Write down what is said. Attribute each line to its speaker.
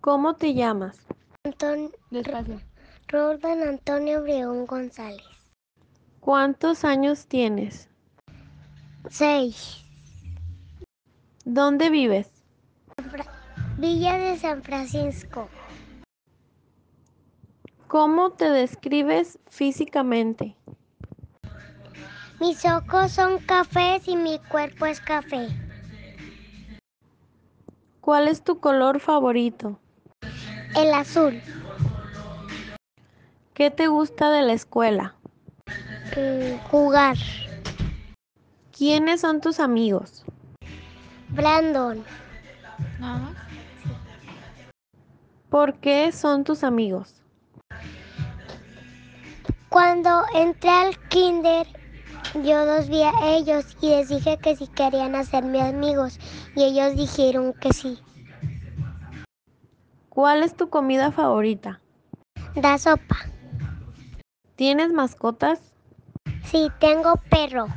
Speaker 1: ¿Cómo te llamas?
Speaker 2: Anton
Speaker 3: Despacio.
Speaker 2: Rordan Antonio Obregón González.
Speaker 1: ¿Cuántos años tienes?
Speaker 2: 6.
Speaker 1: ¿Dónde vives?
Speaker 2: Villa de San Francisco.
Speaker 1: ¿Cómo te describes físicamente?
Speaker 2: Mis ojos son cafés y mi cuerpo es café.
Speaker 1: ¿Cuál es tu color favorito?
Speaker 2: El azul.
Speaker 1: ¿Qué te gusta de la escuela?
Speaker 2: Mm, jugar.
Speaker 1: ¿Quiénes son tus amigos?
Speaker 2: Brandon.
Speaker 3: Nada más.
Speaker 1: ¿Por qué son tus amigos?
Speaker 2: Cuando entré al kinder, yo los vi a ellos y les dije que si querían hacerme amigos y ellos dijeron que sí.
Speaker 1: ¿Cuál es tu comida favorita?
Speaker 2: Da sopa.
Speaker 1: ¿Tienes mascotas?
Speaker 2: Sí, tengo perro.